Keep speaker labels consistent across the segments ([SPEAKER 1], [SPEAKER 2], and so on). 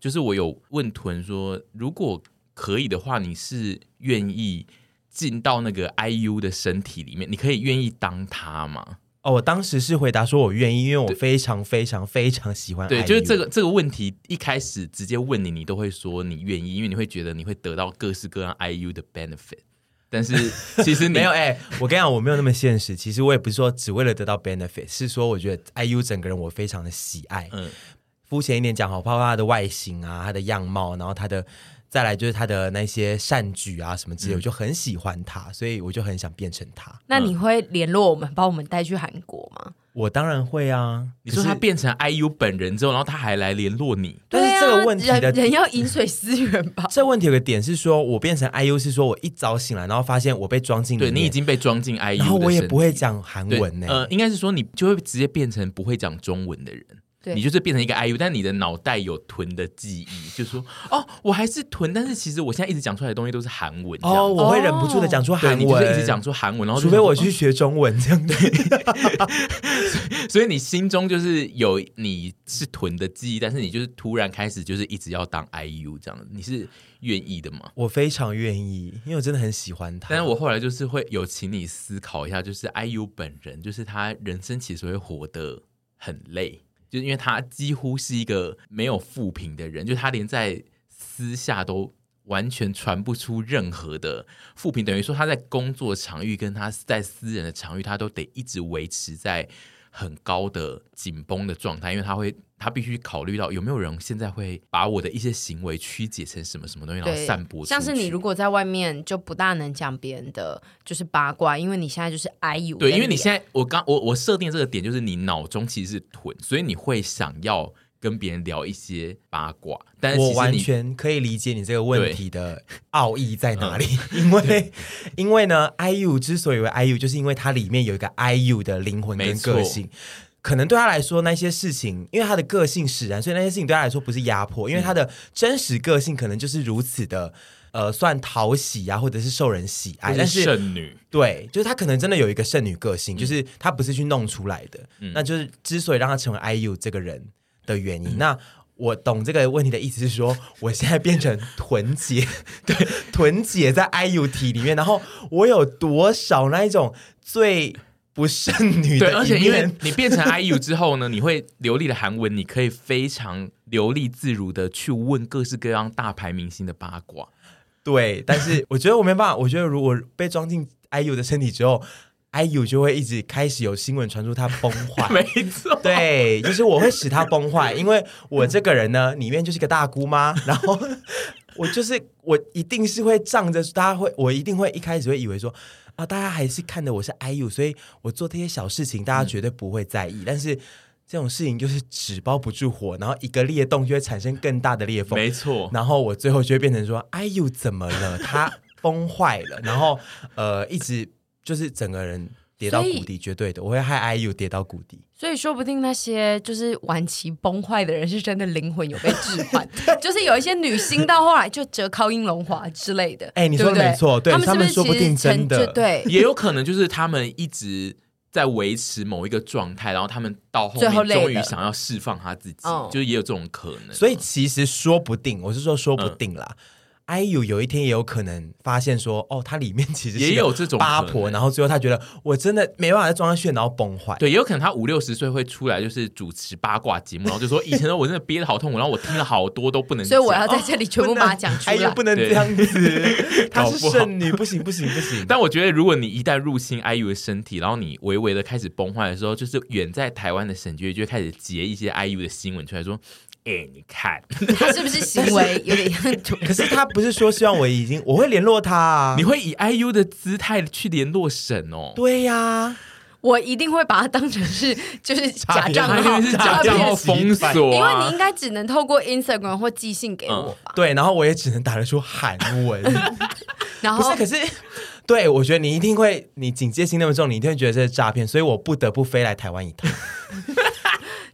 [SPEAKER 1] 就是我有问屯说，如果可以的话，你是愿意进到那个 IU 的身体里面？你可以愿意当他吗？
[SPEAKER 2] 哦，我当时是回答说我愿意，因为我非常非常非常喜欢 IU。
[SPEAKER 1] 对，就是这个这个问题一开始直接问你，你都会说你愿意，因为你会觉得你会得到各式各样 IU 的 benefit。但 是其实你
[SPEAKER 2] 没有哎、我跟你讲，我没有那么现实。其实我也不是说只为了得到 benefit，是说我觉得 IU 整个人我非常的喜爱。
[SPEAKER 1] 嗯
[SPEAKER 2] 肤浅一点讲好，包括他的外形啊，他的样貌，然后他的再来就是他的那些善举啊什
[SPEAKER 1] 嗯
[SPEAKER 2] 么之类，我就很喜欢他，所以我就很想变成他。
[SPEAKER 3] 那你会联络我们，把我们带去韩国吗？
[SPEAKER 2] 我当然会啊，
[SPEAKER 1] 你说
[SPEAKER 2] 可
[SPEAKER 1] 他
[SPEAKER 2] 是，
[SPEAKER 1] 变成 IU 本人之后，然后他还来联络你，
[SPEAKER 2] 但
[SPEAKER 3] 对
[SPEAKER 2] 是这
[SPEAKER 3] 啊
[SPEAKER 2] 个问题的？
[SPEAKER 3] 人人要饮水思源吧
[SPEAKER 2] 这问题有个点是说，我变成 IU 是说我一早醒来，然后发现我被装进里
[SPEAKER 1] 对
[SPEAKER 2] 面，
[SPEAKER 1] 你已，经被装进 IU，
[SPEAKER 2] 嗯然后我也
[SPEAKER 1] 的身
[SPEAKER 2] 不会
[SPEAKER 1] 体
[SPEAKER 2] 讲韩
[SPEAKER 1] 对
[SPEAKER 2] 文呢、欸
[SPEAKER 1] 呃，应该是说你就会直接变成不会讲中文的人。
[SPEAKER 3] 对
[SPEAKER 1] 你就是变成一个 IU，但你的脑袋有囤的记忆，就说哦，我还是囤，但是其实我现在一直讲出来的东西都是韩文这样
[SPEAKER 2] 哦，我会忍不住的讲出
[SPEAKER 1] 对
[SPEAKER 2] 韩
[SPEAKER 1] 你就是
[SPEAKER 2] 文，
[SPEAKER 1] 一直讲出韩文，然后就
[SPEAKER 2] 除非
[SPEAKER 1] 想
[SPEAKER 2] 我
[SPEAKER 1] 说哦
[SPEAKER 2] 去学中文这样子。
[SPEAKER 1] 所以你心中就是有你是囤的记忆，但是你就是突然开始就是一直要当 IU 这样，你是愿意的吗？
[SPEAKER 2] 我非常愿意，因为我真的很喜欢他。
[SPEAKER 1] 但是我后来就是会有请你思考一下，就是 IU 本人，就是他人生其实会活得很累，就是因为他几乎是一个没有负评的人，就是他连在私下都完全传不出任何的负评，等于说他在工作场域跟他在私人的场域，他都得一直维持在很高的紧绷的状态，因为他会。他必须考虑到有没有人现在会把我的一些行为曲解成什么什么东西，然后
[SPEAKER 3] 对，
[SPEAKER 1] 散播出去。
[SPEAKER 3] 像是你如果在外面就不大能讲别人的就是八卦，因为你现在就是 IU
[SPEAKER 1] 对，
[SPEAKER 3] 的
[SPEAKER 1] 因为你
[SPEAKER 2] 啊
[SPEAKER 3] 脸
[SPEAKER 1] 现在我刚我我设定这个点就是你脑中其实是囤，所以你会想要跟别人聊一些八卦，但是其
[SPEAKER 2] 我
[SPEAKER 1] 实你
[SPEAKER 2] 完全可以理解你这个问题的奥义在哪里， 因为因为呢，IU 之所以为 IU，就是因为它里面有一个 IU 的灵魂
[SPEAKER 1] 没
[SPEAKER 2] 跟
[SPEAKER 1] 错
[SPEAKER 2] 个性。可能对他来说，那些事情，因为他的个性使然，所以那些事情对他来说不是压迫，因为他的真实个性可能就是如此的，呃，算讨喜啊，或者是受人喜爱。
[SPEAKER 1] 就
[SPEAKER 2] 哎但
[SPEAKER 1] 是
[SPEAKER 2] 是
[SPEAKER 1] 剩女，
[SPEAKER 2] 对，就是她可能真的有一个剩女个
[SPEAKER 1] 嗯
[SPEAKER 2] 性，就是她不是去弄出来的，那就是之所以让她成为 IU 这个人的原
[SPEAKER 1] 嗯
[SPEAKER 2] 因。那我懂这个问题的意思是说，我现在变成屯姐，对，屯姐在 IU 体里面，然后我有多少那一种最不剩女
[SPEAKER 1] 对，
[SPEAKER 2] 的
[SPEAKER 1] 而
[SPEAKER 2] 一
[SPEAKER 1] 且因为
[SPEAKER 2] 面？
[SPEAKER 1] 你变成 IU 之后呢，你会流利的韩文，你可以非常流利自如的去问各式各样大牌明星的八卦。，
[SPEAKER 2] 对，但是我觉得我没办法，我觉得如果被装进 IU 的身体之后，IU 就会一直开始有新闻传出她崩坏
[SPEAKER 1] 没错，
[SPEAKER 2] 对，就是我会使他崩坏，因为我这个人呢，里面就是个大姑 妈，然后我就是我一定是会仗着大家会，我一定会一开始会以为说啊，大家还是看的我是 IU，所以我做这些小事情，大家绝对不会在意，但是。这种事情就是纸包不住火，然后一个裂洞就会产生更大的裂缝。
[SPEAKER 1] 没错，
[SPEAKER 2] 然后我最后就会变成说：“哎呦，怎么 了？他崩坏了。”然后呃，一直就是整个人跌到
[SPEAKER 3] 所以
[SPEAKER 2] 谷底，绝对的，我会害 IU 跌到谷底。
[SPEAKER 3] 所以说不定那些就是晚期崩坏的人，是真的灵魂有被置 换，就是有一些女星到后来就折靠英龙华之类的。
[SPEAKER 2] 哎你说的
[SPEAKER 3] 对不对
[SPEAKER 2] 没错对
[SPEAKER 3] 他们是
[SPEAKER 2] 他们
[SPEAKER 3] 是
[SPEAKER 2] 说不
[SPEAKER 3] 其实
[SPEAKER 2] 定真的
[SPEAKER 3] 成就对，
[SPEAKER 1] 也有可能就是他们一直。在维持某一个状态，然后他们到后
[SPEAKER 3] 最后
[SPEAKER 1] 面
[SPEAKER 3] 累
[SPEAKER 1] 终于
[SPEAKER 3] 了
[SPEAKER 1] 想要释放他自己，
[SPEAKER 3] 嗯
[SPEAKER 1] 就是也有这种可能。
[SPEAKER 2] 所以其实说不定，我是说说
[SPEAKER 1] 嗯
[SPEAKER 2] 不定啦。IU 有一天也有可能发现说，哦，它里面其实是
[SPEAKER 1] 也有
[SPEAKER 2] 个
[SPEAKER 1] 这种
[SPEAKER 2] 八
[SPEAKER 1] 可
[SPEAKER 2] 婆，
[SPEAKER 1] 能
[SPEAKER 2] 然后最后他觉得我真的没办法再装上去，然后崩坏。哦
[SPEAKER 1] 对，也有可能他五六十岁会出来，就是主持八卦节目，然后就说以前我真的憋得好痛苦，然后我听了好多都不能
[SPEAKER 3] 所
[SPEAKER 1] 讲，
[SPEAKER 3] 以我要在这里全部把它讲出来。
[SPEAKER 2] ，IU 不能
[SPEAKER 1] 对
[SPEAKER 2] 这样 子，她
[SPEAKER 1] 搞
[SPEAKER 2] 是
[SPEAKER 1] 不好
[SPEAKER 2] 剩女，不行不行不行。
[SPEAKER 1] 但我觉得，如果你一旦入侵 IU 的身体，然后你微微的开始崩坏的时候，就是远在台湾的沈局就会开始截一些 IU 的新闻出来说：“哎、你看，
[SPEAKER 3] 他是不是行为有点 像土？
[SPEAKER 2] 可是他不是说希望我已经，我会联络他、啊。
[SPEAKER 1] 你会以 IU 的姿态去联络沈哦。”
[SPEAKER 2] 对呀、
[SPEAKER 3] 我一定会把它当成是就是假账
[SPEAKER 1] 他
[SPEAKER 2] 啊
[SPEAKER 1] 一
[SPEAKER 3] 号，
[SPEAKER 1] 定是假账号封锁、
[SPEAKER 3] 因为你
[SPEAKER 1] 啊嗯
[SPEAKER 3] 应，该只能透过 Instagram 或寄信给我吧。
[SPEAKER 2] 对，然后我也只能打得出韩 文，
[SPEAKER 3] 然
[SPEAKER 2] 不
[SPEAKER 3] 后
[SPEAKER 2] 是？可是，对我觉得你一定会，你警戒心那么重，你一定会觉得这是诈骗，所以我不得不飞来台湾一趟。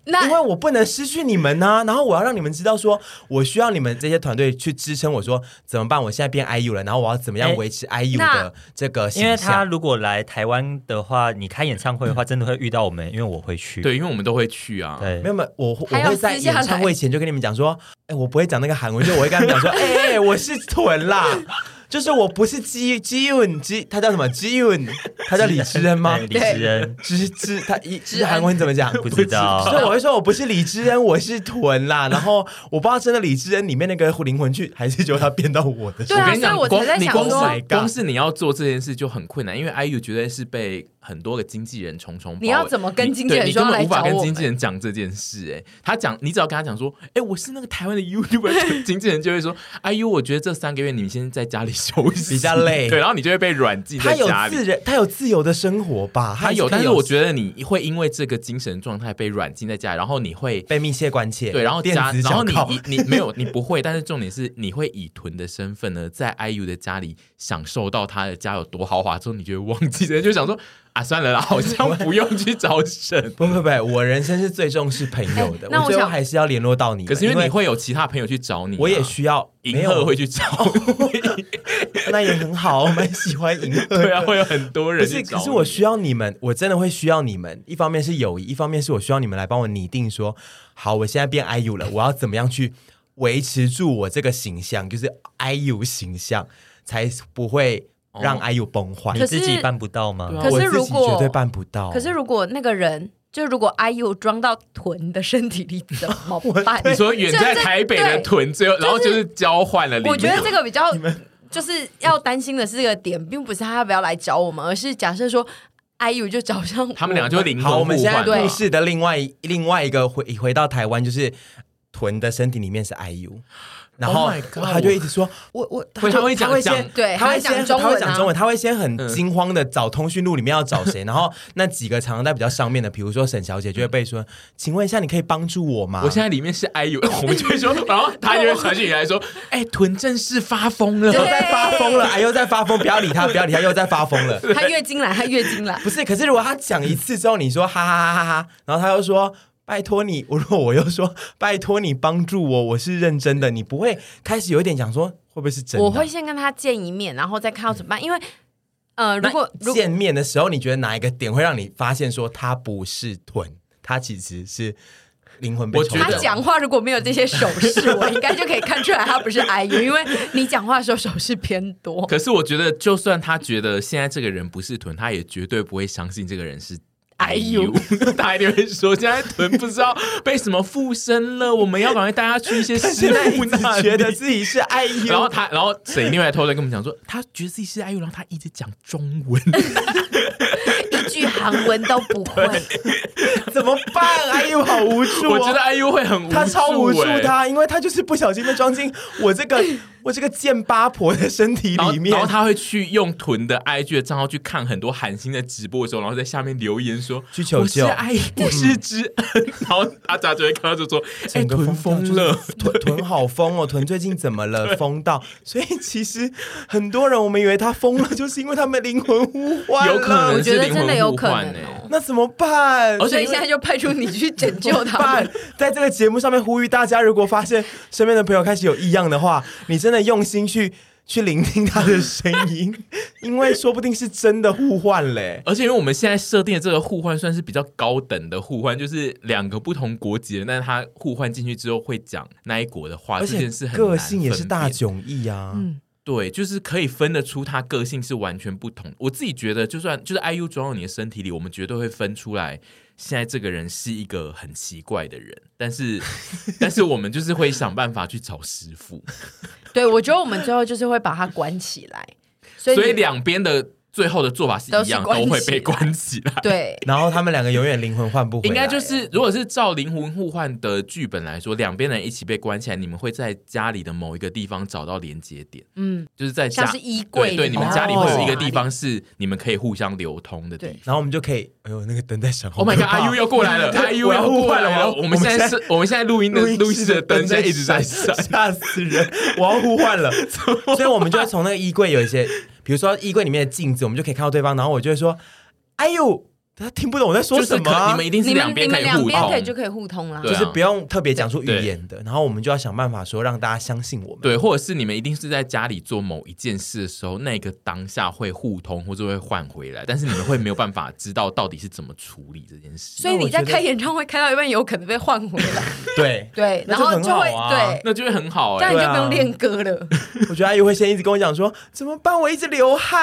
[SPEAKER 3] 那
[SPEAKER 2] 因为我不能失去你们呐、然后我要让你们知道说，我需要你们这些团队去支撑我说怎么办？我现在变 IU 了，然后我要怎么样
[SPEAKER 4] 哎
[SPEAKER 2] 维持 IU
[SPEAKER 3] 那
[SPEAKER 2] 的这个形
[SPEAKER 4] 因为他
[SPEAKER 2] 象？
[SPEAKER 4] 如果来台湾的话，你开演唱会的话，真的会遇到我们，因为我会去。
[SPEAKER 1] 对，因为我们都会去啊。
[SPEAKER 4] 对，
[SPEAKER 2] 没有没有，我我
[SPEAKER 3] 还要
[SPEAKER 2] 会在
[SPEAKER 3] 私下
[SPEAKER 2] 演唱会前就跟你们讲说，哎，我不会讲那个韩文，就我会跟他们讲说， 哎、我是豚啦， 就是我不是 G G Yun G，他叫什么 G Yun，他叫李知恩吗？
[SPEAKER 4] 对李智恩，
[SPEAKER 2] 知知他一知韩文怎么讲？
[SPEAKER 4] 不知道
[SPEAKER 2] 所以我会说我不是李智恩，我是豚啦。然后我不知道真的李智恩里面那个灵魂去，还是就他变到我的身
[SPEAKER 3] 对
[SPEAKER 1] 我
[SPEAKER 3] 啊
[SPEAKER 1] 跟你讲，
[SPEAKER 3] 所以我才在
[SPEAKER 1] 光你
[SPEAKER 3] 想
[SPEAKER 1] 光
[SPEAKER 2] 说
[SPEAKER 1] 是
[SPEAKER 2] Oh my god
[SPEAKER 1] 光是你要做这件事就很困难，因为 IU 绝对是被很多个经纪人重重包围
[SPEAKER 3] 你要怎么跟经纪人
[SPEAKER 1] 你
[SPEAKER 3] 说
[SPEAKER 1] 对你根
[SPEAKER 3] 来
[SPEAKER 1] 本无法
[SPEAKER 3] 找
[SPEAKER 1] 跟
[SPEAKER 3] 我
[SPEAKER 1] 经纪人讲这件事、哎，他讲你只要跟他讲说，哎、我是那个台湾的 YouTuber，经纪人就会说，IU，我觉得这三个月你先在家里休息，
[SPEAKER 2] 比较累
[SPEAKER 1] 对，然后你就会被软禁
[SPEAKER 2] 他
[SPEAKER 1] 在
[SPEAKER 2] 有
[SPEAKER 1] 家
[SPEAKER 2] 自
[SPEAKER 1] 里。
[SPEAKER 2] 人，他有自由的生活吧？
[SPEAKER 1] 他有，但是
[SPEAKER 2] 可以
[SPEAKER 1] 我觉得你会因为这个精神状态被软禁在家里，然后你会
[SPEAKER 2] 被密切关切，
[SPEAKER 1] 对，然后
[SPEAKER 2] 电
[SPEAKER 1] 家，
[SPEAKER 2] 子
[SPEAKER 1] 然后
[SPEAKER 2] 小
[SPEAKER 1] 你
[SPEAKER 2] 铐。
[SPEAKER 1] 你你没有，你不会，但是重点是你会以豚的身份呢，在 IU 的家里享受到他的家有多豪华之后，你就会忘记这，就想说啊，算了啦，好像不用去找神
[SPEAKER 2] 不不不，我人生是最重视朋友的，
[SPEAKER 3] 哎那我
[SPEAKER 2] 我最后
[SPEAKER 3] 想
[SPEAKER 2] 还是要联络到你们，
[SPEAKER 1] 可是因
[SPEAKER 2] 因
[SPEAKER 1] 为你会有其他朋友去找你啊、
[SPEAKER 2] 我也需要，没
[SPEAKER 1] 银鹤
[SPEAKER 2] 有啊
[SPEAKER 1] 会去 找你，
[SPEAKER 2] 那也很好，我蛮喜欢银鹤的。
[SPEAKER 1] 对啊，会有很多
[SPEAKER 2] 可
[SPEAKER 1] 人
[SPEAKER 2] 是，
[SPEAKER 1] 去找你。
[SPEAKER 2] 可是我需要你们，我真的会需要你们。一方面是友谊，一方面是我需要你们来帮我拟定说，好，我现在变 IU 了，我要怎么样去维持住我这个形象，就是 IU 形象，才不会让
[SPEAKER 1] 哦
[SPEAKER 2] IU 崩坏。
[SPEAKER 4] 你自己办不到吗？
[SPEAKER 3] 可是
[SPEAKER 2] 我自
[SPEAKER 3] 如
[SPEAKER 2] 己
[SPEAKER 3] 果
[SPEAKER 2] 绝对办不到。
[SPEAKER 3] 可是如果那个人，就如果 IU 装到臀的身体里怎么办？
[SPEAKER 1] 你说远在台北的豚，最后然后就是交换了灵
[SPEAKER 3] 我
[SPEAKER 1] 魂，
[SPEAKER 3] 觉得这个比较，就是要担心的是这个点，并不是他要不要来找我们，而是假设说 IU 就找上我
[SPEAKER 1] 他们俩就灵魂
[SPEAKER 2] 好，我们
[SPEAKER 1] 互
[SPEAKER 2] 现在
[SPEAKER 1] 换
[SPEAKER 3] 对
[SPEAKER 1] 了
[SPEAKER 2] 故事的另外一另外一个回回到台湾，就是豚的身体里面是 IU。然后
[SPEAKER 1] Oh my god
[SPEAKER 2] 他就一直说，我我
[SPEAKER 1] 会
[SPEAKER 2] 就
[SPEAKER 1] 他会讲
[SPEAKER 2] 他会
[SPEAKER 1] 讲
[SPEAKER 2] 先
[SPEAKER 3] 对
[SPEAKER 2] 他
[SPEAKER 3] 他
[SPEAKER 2] 会
[SPEAKER 3] 会讲
[SPEAKER 2] 先
[SPEAKER 3] 中
[SPEAKER 2] 他会
[SPEAKER 3] 文
[SPEAKER 2] 讲
[SPEAKER 3] 啊
[SPEAKER 2] 中文，他会先很
[SPEAKER 1] 嗯
[SPEAKER 2] 惊慌的找通讯录里面要找谁，然后那几个常常在比较上面的，比如说沈小姐就会被说，请问一下你可以帮助我吗？
[SPEAKER 1] 嗯我现在里面是 IU，我 们就会 说，然后他就会传讯来说， 哎、豚正式发疯了，
[SPEAKER 3] 对
[SPEAKER 2] 又在发 疯了，哎，又在发疯，不要理他，不要理他，又在发疯了。
[SPEAKER 3] 他月经来，他月 经来，
[SPEAKER 2] 不是，可是如果他讲一次之后，你说哈哈哈哈哈，然后他又说拜托你，我如果我又说拜托你帮助我，我是认真的，你不会开始有一点想说会不会是真的？
[SPEAKER 3] 我会先跟他见一面，然后再看到怎么办，因为。呃，如果
[SPEAKER 2] 那
[SPEAKER 3] 如
[SPEAKER 2] 见面的时候，你觉得哪一个点会让你发现说他不是臀，他其实是灵魂被
[SPEAKER 1] 我
[SPEAKER 2] 冲
[SPEAKER 1] 觉
[SPEAKER 3] 他
[SPEAKER 1] 得
[SPEAKER 2] 走？
[SPEAKER 3] 讲话如果没有这些手势，我应该就可以看出来他不是 IU，因为你讲话的时候手势偏多。
[SPEAKER 1] 可是我觉得，就算他觉得现在这个人不是豚，他也绝对不会相信这个人是。
[SPEAKER 3] 哎呦
[SPEAKER 1] 他一定会说，现在豚不知道被什么附身了，我们要赶快带他去 一些
[SPEAKER 2] 现
[SPEAKER 1] 食
[SPEAKER 2] 在一
[SPEAKER 1] 物
[SPEAKER 2] 直
[SPEAKER 1] 那里
[SPEAKER 2] 觉得自己是爱 优，
[SPEAKER 1] 然后他，然后谁另外偷偷跟我们讲说，他觉得自己是 IU，然后他一直讲中 文，
[SPEAKER 3] 一句韩文都不会。
[SPEAKER 2] 怎么办？爱优好无助、哦，
[SPEAKER 1] 我觉得 IU 会很无助、
[SPEAKER 2] 他超无助
[SPEAKER 1] 哎
[SPEAKER 2] 他，因为他就是不小心被装进我这个我这个贱八婆的身体
[SPEAKER 1] 然后
[SPEAKER 2] 里面
[SPEAKER 1] 然后。他会去用豚的 IG 的账号去看很多韩星的直播的时候，然后在下面留言说
[SPEAKER 2] 去求救
[SPEAKER 1] 我是 I，我是知恩，然后大家就会看到就说，哎，
[SPEAKER 2] 整个
[SPEAKER 1] 豚疯了。，
[SPEAKER 2] 臀臀好疯哦，臀最近怎么了？疯到，所以其实很多人我们以为他疯了，就是因为他们灵魂互换 了
[SPEAKER 1] 有可能
[SPEAKER 3] 我觉得
[SPEAKER 1] 是灵魂
[SPEAKER 3] 真的有可
[SPEAKER 1] 互
[SPEAKER 3] 能
[SPEAKER 1] 换欸
[SPEAKER 3] 哦。
[SPEAKER 2] 那怎么办？
[SPEAKER 1] 而且
[SPEAKER 3] 所以现在就派出你去拯
[SPEAKER 2] 怎么
[SPEAKER 3] 救 他
[SPEAKER 2] 办
[SPEAKER 3] 们。？
[SPEAKER 2] 在这个节目上面呼吁大家，如果发现身边的朋友开始有异样的话，你真的用心去去聆听他的声音， 因为说不定是真的互换嘞。
[SPEAKER 1] 而且因为我们现在设定的这个互换算是比较高等的互换，就是两个不同国籍的人，但是他互换进去之后会讲那一国的话，
[SPEAKER 2] 而
[SPEAKER 1] 啊这
[SPEAKER 2] 且
[SPEAKER 1] 件事很难
[SPEAKER 2] 个性也是大
[SPEAKER 1] 分辨
[SPEAKER 2] 迥异啊。
[SPEAKER 3] 嗯
[SPEAKER 1] 对，就是可以分得出他个性是完全不同。我自己觉得，就算就是 IU 装到你的身体里，我们绝对会分出来，现在这个人是一个很奇怪的人。但 是，但是我们就是会想办法去找师傅，
[SPEAKER 3] 对，我觉得我们最后就是会把他关起来， 所以
[SPEAKER 1] 所以两边的最后的做法是一样，
[SPEAKER 3] 都是关
[SPEAKER 1] 都
[SPEAKER 3] 起来
[SPEAKER 1] 会被关起来。
[SPEAKER 3] 对
[SPEAKER 2] 然后他们两个永远灵魂换不回来，
[SPEAKER 1] 应该就是，如果是照灵魂互换的剧本来说，两边人一起被关起来，你们会在家里的某一个地方找到连接点，
[SPEAKER 3] 嗯，
[SPEAKER 1] 就是在
[SPEAKER 3] 像
[SPEAKER 1] 家
[SPEAKER 3] 是衣
[SPEAKER 1] 对
[SPEAKER 3] 柜里
[SPEAKER 1] 对，你们家里
[SPEAKER 2] 面
[SPEAKER 1] 会有一个
[SPEAKER 3] 哦
[SPEAKER 1] 地方是你们可以互相流通的地
[SPEAKER 3] 对
[SPEAKER 1] 方。
[SPEAKER 2] 然后我们就可以，哎呦，那个灯在闪好
[SPEAKER 1] Oh my
[SPEAKER 2] 可
[SPEAKER 1] god！
[SPEAKER 2] 怕
[SPEAKER 1] 阿 U 又过来 了，
[SPEAKER 2] 对
[SPEAKER 1] 阿 U
[SPEAKER 2] 我要
[SPEAKER 1] 又
[SPEAKER 2] 互
[SPEAKER 1] 过
[SPEAKER 2] 换
[SPEAKER 1] 来
[SPEAKER 2] 了
[SPEAKER 1] 了。我
[SPEAKER 2] 我
[SPEAKER 1] 们现在是，我们现在 录音的录音室的灯现在一直在闪。
[SPEAKER 2] 吓死人！我要互换了，所以我们就会从那个衣柜有一些，比如说衣柜里面的镜子，我们就可以看到对方，然后我就会说，哎呦。他听不懂我在说什么
[SPEAKER 1] 就是可
[SPEAKER 2] 啊、
[SPEAKER 1] 你们一定是
[SPEAKER 3] 你们
[SPEAKER 1] 两
[SPEAKER 3] 你
[SPEAKER 1] 边可
[SPEAKER 3] 们
[SPEAKER 1] 以
[SPEAKER 3] 两
[SPEAKER 1] 互
[SPEAKER 3] 边可以
[SPEAKER 1] 通，
[SPEAKER 3] 就可以互通啦。
[SPEAKER 1] 对啊
[SPEAKER 2] 就是不用特别讲出语言的，然后我们就要想办法说让大家相信我们。
[SPEAKER 1] 对，或者是你们一定是在家里做某一件事的时候，那个当下会互通或者会换回来，但是你们会没有办法知道到底是怎么处理这件事，
[SPEAKER 3] 所以你
[SPEAKER 2] 那
[SPEAKER 3] 在
[SPEAKER 2] 我觉得
[SPEAKER 3] 开演唱会开到一半，有可能被换回来，
[SPEAKER 2] 对
[SPEAKER 3] 对，
[SPEAKER 2] 那
[SPEAKER 3] 然
[SPEAKER 2] 就
[SPEAKER 3] 后
[SPEAKER 2] 很
[SPEAKER 3] 就会
[SPEAKER 2] 好啊
[SPEAKER 3] 对，
[SPEAKER 1] 那就会很好
[SPEAKER 3] 这
[SPEAKER 1] 哎、
[SPEAKER 3] 样你就不
[SPEAKER 2] 对啊
[SPEAKER 3] 用练歌了。
[SPEAKER 2] 我觉得阿姨会先一直跟我讲说怎么办，我一直流汗，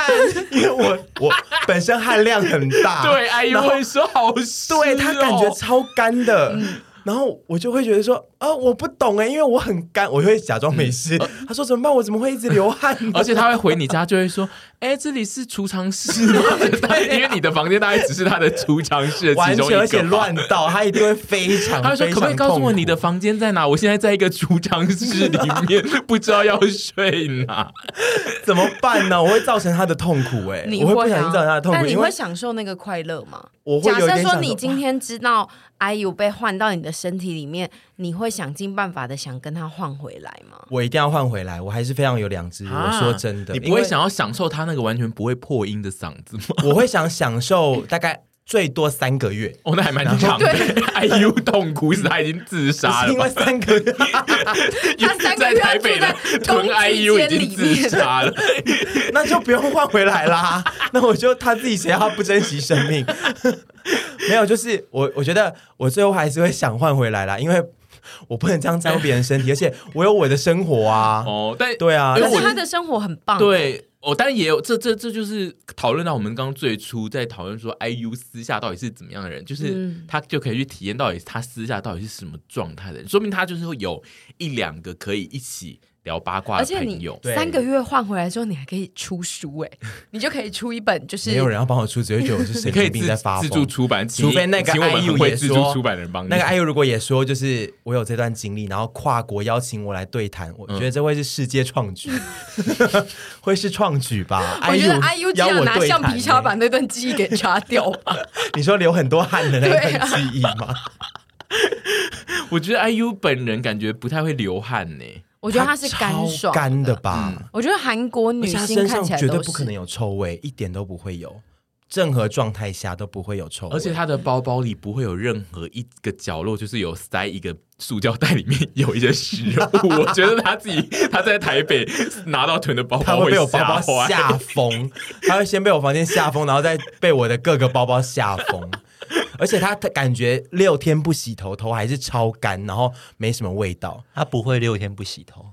[SPEAKER 2] 因为我我本身汗量很大，
[SPEAKER 1] 对，阿姨
[SPEAKER 2] 然后
[SPEAKER 1] 会说好湿、
[SPEAKER 2] 对他感觉
[SPEAKER 1] 哦
[SPEAKER 2] 超干的。
[SPEAKER 1] 嗯
[SPEAKER 2] 然后我就会觉得说，啊，我不懂哎，因为我很干，我会假装没事。他说怎么办？我怎么会一直流汗呢？
[SPEAKER 1] 嗯 而且他会回你家就会说：“哎、这里是储藏室吗？” 因为你的房间大概只是他的储藏室的其
[SPEAKER 2] 完
[SPEAKER 1] 中一
[SPEAKER 2] 全
[SPEAKER 1] 个，
[SPEAKER 2] 而且乱。到，他一定会非 常。
[SPEAKER 1] 他会说：“
[SPEAKER 2] 非
[SPEAKER 1] 可
[SPEAKER 2] 常
[SPEAKER 1] 不可以告诉我
[SPEAKER 2] 痛苦
[SPEAKER 1] 你的房间在哪？我现在在一个储藏室里 面，不知道要睡哪。
[SPEAKER 2] 怎么办呢？我会造成他的痛苦哎，
[SPEAKER 3] 你
[SPEAKER 2] 我会不
[SPEAKER 3] 会
[SPEAKER 2] 小
[SPEAKER 3] 啊
[SPEAKER 2] 心造成他的痛苦，
[SPEAKER 3] 但你
[SPEAKER 2] 因
[SPEAKER 3] 会
[SPEAKER 2] 为
[SPEAKER 3] 享受那个快乐吗？
[SPEAKER 2] 我会
[SPEAKER 3] 假
[SPEAKER 2] 有
[SPEAKER 3] 设
[SPEAKER 2] 点
[SPEAKER 3] 说
[SPEAKER 2] 想
[SPEAKER 3] 你今天知道 IU 被换到你的身体里面，你会想尽办法的想跟他换回来吗？
[SPEAKER 2] 我一定要换回来，我还是非常有两只。我说真
[SPEAKER 1] 啊
[SPEAKER 2] 的，
[SPEAKER 1] 你不
[SPEAKER 2] 因为
[SPEAKER 1] 会想要享受他那个完全不会破音的嗓子吗？
[SPEAKER 2] 我会想享受大概最多三 个月，
[SPEAKER 1] 哦，那还蛮长的。IU 痛苦死，他已经自杀
[SPEAKER 2] 是
[SPEAKER 1] 了
[SPEAKER 2] 因为
[SPEAKER 1] 吧？
[SPEAKER 2] 三个月
[SPEAKER 3] 他三个
[SPEAKER 1] 在
[SPEAKER 3] 月
[SPEAKER 1] 台
[SPEAKER 3] 住
[SPEAKER 1] 北
[SPEAKER 3] 在
[SPEAKER 1] 的屯
[SPEAKER 3] 公积
[SPEAKER 1] IU 已
[SPEAKER 3] 间
[SPEAKER 1] 经
[SPEAKER 3] 里
[SPEAKER 1] 自
[SPEAKER 3] 面，
[SPEAKER 1] 杀了。
[SPEAKER 2] 那就不用换回来啦。那我就他自己谁要他不珍惜生命，没有，就是我我觉得我最后还是会想换回来啦，因为我不能这样占用别人身体，而且我有我的生活啊。
[SPEAKER 1] 哦，但
[SPEAKER 2] 对啊，
[SPEAKER 1] 因
[SPEAKER 3] 可
[SPEAKER 1] 为我
[SPEAKER 3] 哎是他的生活很棒，，欸
[SPEAKER 1] 对，哦，当然也有这这这就是讨论到我们刚刚最初在讨论说，IU 私下到底是怎么样的人，就是
[SPEAKER 3] 嗯
[SPEAKER 1] 他就可以去体验到底他私下到底是什么状态的人，说明他就是会有一两个可以一起聊八卦
[SPEAKER 3] 而
[SPEAKER 1] 的
[SPEAKER 3] 且
[SPEAKER 1] 朋
[SPEAKER 3] 你
[SPEAKER 1] 友。
[SPEAKER 2] 对
[SPEAKER 3] 三个月换回来之后，你还可以出书哎，你就可以出一本就是
[SPEAKER 2] 没有人要帮我出，只会觉得我是
[SPEAKER 1] 你
[SPEAKER 2] 神
[SPEAKER 1] 可以
[SPEAKER 2] 经
[SPEAKER 1] 自
[SPEAKER 2] 病在发
[SPEAKER 1] 自助
[SPEAKER 2] 疯。
[SPEAKER 1] 出版，请
[SPEAKER 2] 除非那个
[SPEAKER 1] 请我们
[SPEAKER 2] IU
[SPEAKER 1] 很会
[SPEAKER 2] 也
[SPEAKER 1] 自助
[SPEAKER 2] 说
[SPEAKER 1] 出版的人帮你。
[SPEAKER 2] 那个艾 u 如果也说，就是我有这段经历，然后跨国邀请我来对谈，
[SPEAKER 1] 嗯
[SPEAKER 2] 我觉得这会是世界创举， 会是创举吧？
[SPEAKER 3] 我觉得
[SPEAKER 2] IU
[SPEAKER 3] IU 只
[SPEAKER 2] 邀
[SPEAKER 3] 要
[SPEAKER 2] 我
[SPEAKER 3] 拿
[SPEAKER 2] 对
[SPEAKER 3] 橡
[SPEAKER 2] 谈
[SPEAKER 3] 皮擦
[SPEAKER 2] 欸
[SPEAKER 3] 把那段记忆给擦掉 吧。
[SPEAKER 2] 你说流很多汗的那
[SPEAKER 3] 对
[SPEAKER 2] 段
[SPEAKER 3] 啊
[SPEAKER 2] 记忆吗？
[SPEAKER 1] 我觉得 IU 本人感觉不太会流汗呢。
[SPEAKER 3] 我觉得他是干
[SPEAKER 2] 超
[SPEAKER 3] 爽
[SPEAKER 2] 干的吧？
[SPEAKER 1] 嗯
[SPEAKER 3] 我觉得韩国
[SPEAKER 2] 而
[SPEAKER 3] 女
[SPEAKER 2] 且他
[SPEAKER 3] 星
[SPEAKER 2] 身
[SPEAKER 3] 看
[SPEAKER 2] 上
[SPEAKER 3] 起来
[SPEAKER 2] 绝对
[SPEAKER 3] 都
[SPEAKER 2] 不可能
[SPEAKER 3] 是，
[SPEAKER 2] 有臭味，一点都不会有，任何状态下都不会有臭味。
[SPEAKER 1] 而且他的包包里不会有任何一个角落，就是有塞一个塑胶袋，里面有一些食物。我觉得他自己他在台北拿到囤的包
[SPEAKER 2] 他
[SPEAKER 1] 包
[SPEAKER 2] 会被我包
[SPEAKER 1] 吓
[SPEAKER 2] 包
[SPEAKER 1] 坏。
[SPEAKER 2] 吓疯，他会先被我房间吓疯，然后再被我的各个包包吓疯。而且他他感觉六天不洗头，头还是超干，然后没什么味道。
[SPEAKER 4] 他不会六天不洗头，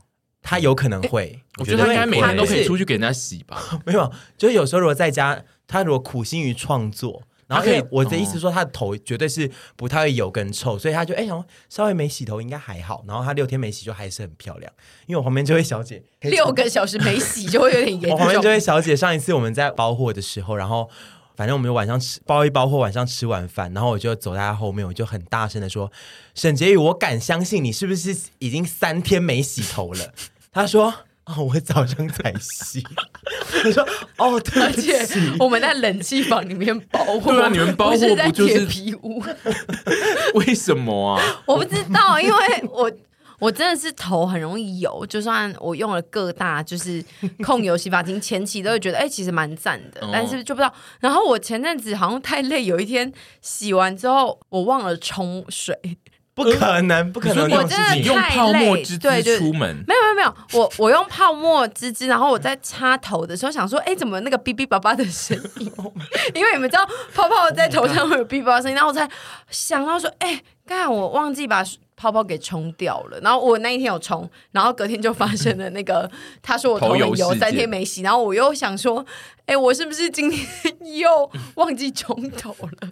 [SPEAKER 2] 他有可能会，
[SPEAKER 1] 我觉得他应该每天都可以出
[SPEAKER 2] 去。
[SPEAKER 1] 去给人家洗吧。
[SPEAKER 2] 没有，就是有时候如果在家，他如果苦心于创作，然后
[SPEAKER 1] 他可以
[SPEAKER 2] 因为我的意思说，他的头绝对是不太会油跟臭，所以他就哎，然、后稍微没洗头应该还好，然后他六天没洗就还是很漂亮。因为我旁边这位小姐，
[SPEAKER 3] 六个小时没洗就 会有点
[SPEAKER 2] 我旁
[SPEAKER 3] 严
[SPEAKER 2] 边
[SPEAKER 3] 重
[SPEAKER 2] 这。位小姐，上一次我们在包货的时候，然后。反正我们就晚上吃包一包货，晚上吃完饭，然后我就走在她后面，我就很大声的说：“沈婕妤，我敢相信你是不是已经三天没洗头了？” 她说：“哦，我早上才洗。”我说：“哦，对
[SPEAKER 3] 而
[SPEAKER 2] 不
[SPEAKER 3] 且
[SPEAKER 2] 起。”
[SPEAKER 3] 我们在冷气房里面包货，
[SPEAKER 1] 对啊你们包货
[SPEAKER 3] 不是在
[SPEAKER 1] 不就是
[SPEAKER 3] 铁皮屋？
[SPEAKER 1] 为什么啊？
[SPEAKER 3] 我不知道，因为我我真的是头很容易油，就算我用了各大就是控油洗发精，前期都会觉得哎、其实蛮赞的
[SPEAKER 1] 哦，
[SPEAKER 3] 但是就不知道。然后我前阵子好像太累，有一天洗完之后我忘了冲水，
[SPEAKER 2] 不可能，不可能
[SPEAKER 3] 你
[SPEAKER 2] 这种
[SPEAKER 3] 说我
[SPEAKER 2] 事
[SPEAKER 3] 真的
[SPEAKER 1] 你
[SPEAKER 2] 情。
[SPEAKER 1] 用泡沫之
[SPEAKER 3] 对
[SPEAKER 1] 汁
[SPEAKER 3] 对
[SPEAKER 1] 出门，
[SPEAKER 3] 没有没有没有，我我用泡沫滋滋，然后我在擦头的时候想说，哎，怎么那个哔哔叭叭的声音？ 因为你们知道泡泡在头上会有哔哔叭叭声音，然后我才想到说，哎，刚才我忘记把泡泡给冲掉了。然后我那一天有冲，然后隔天就发生了那个，他说我头很
[SPEAKER 1] 头油事
[SPEAKER 3] 油
[SPEAKER 1] 件
[SPEAKER 3] 三天没洗，然后我又想说，哎，我是不是今天又忘记冲头 了？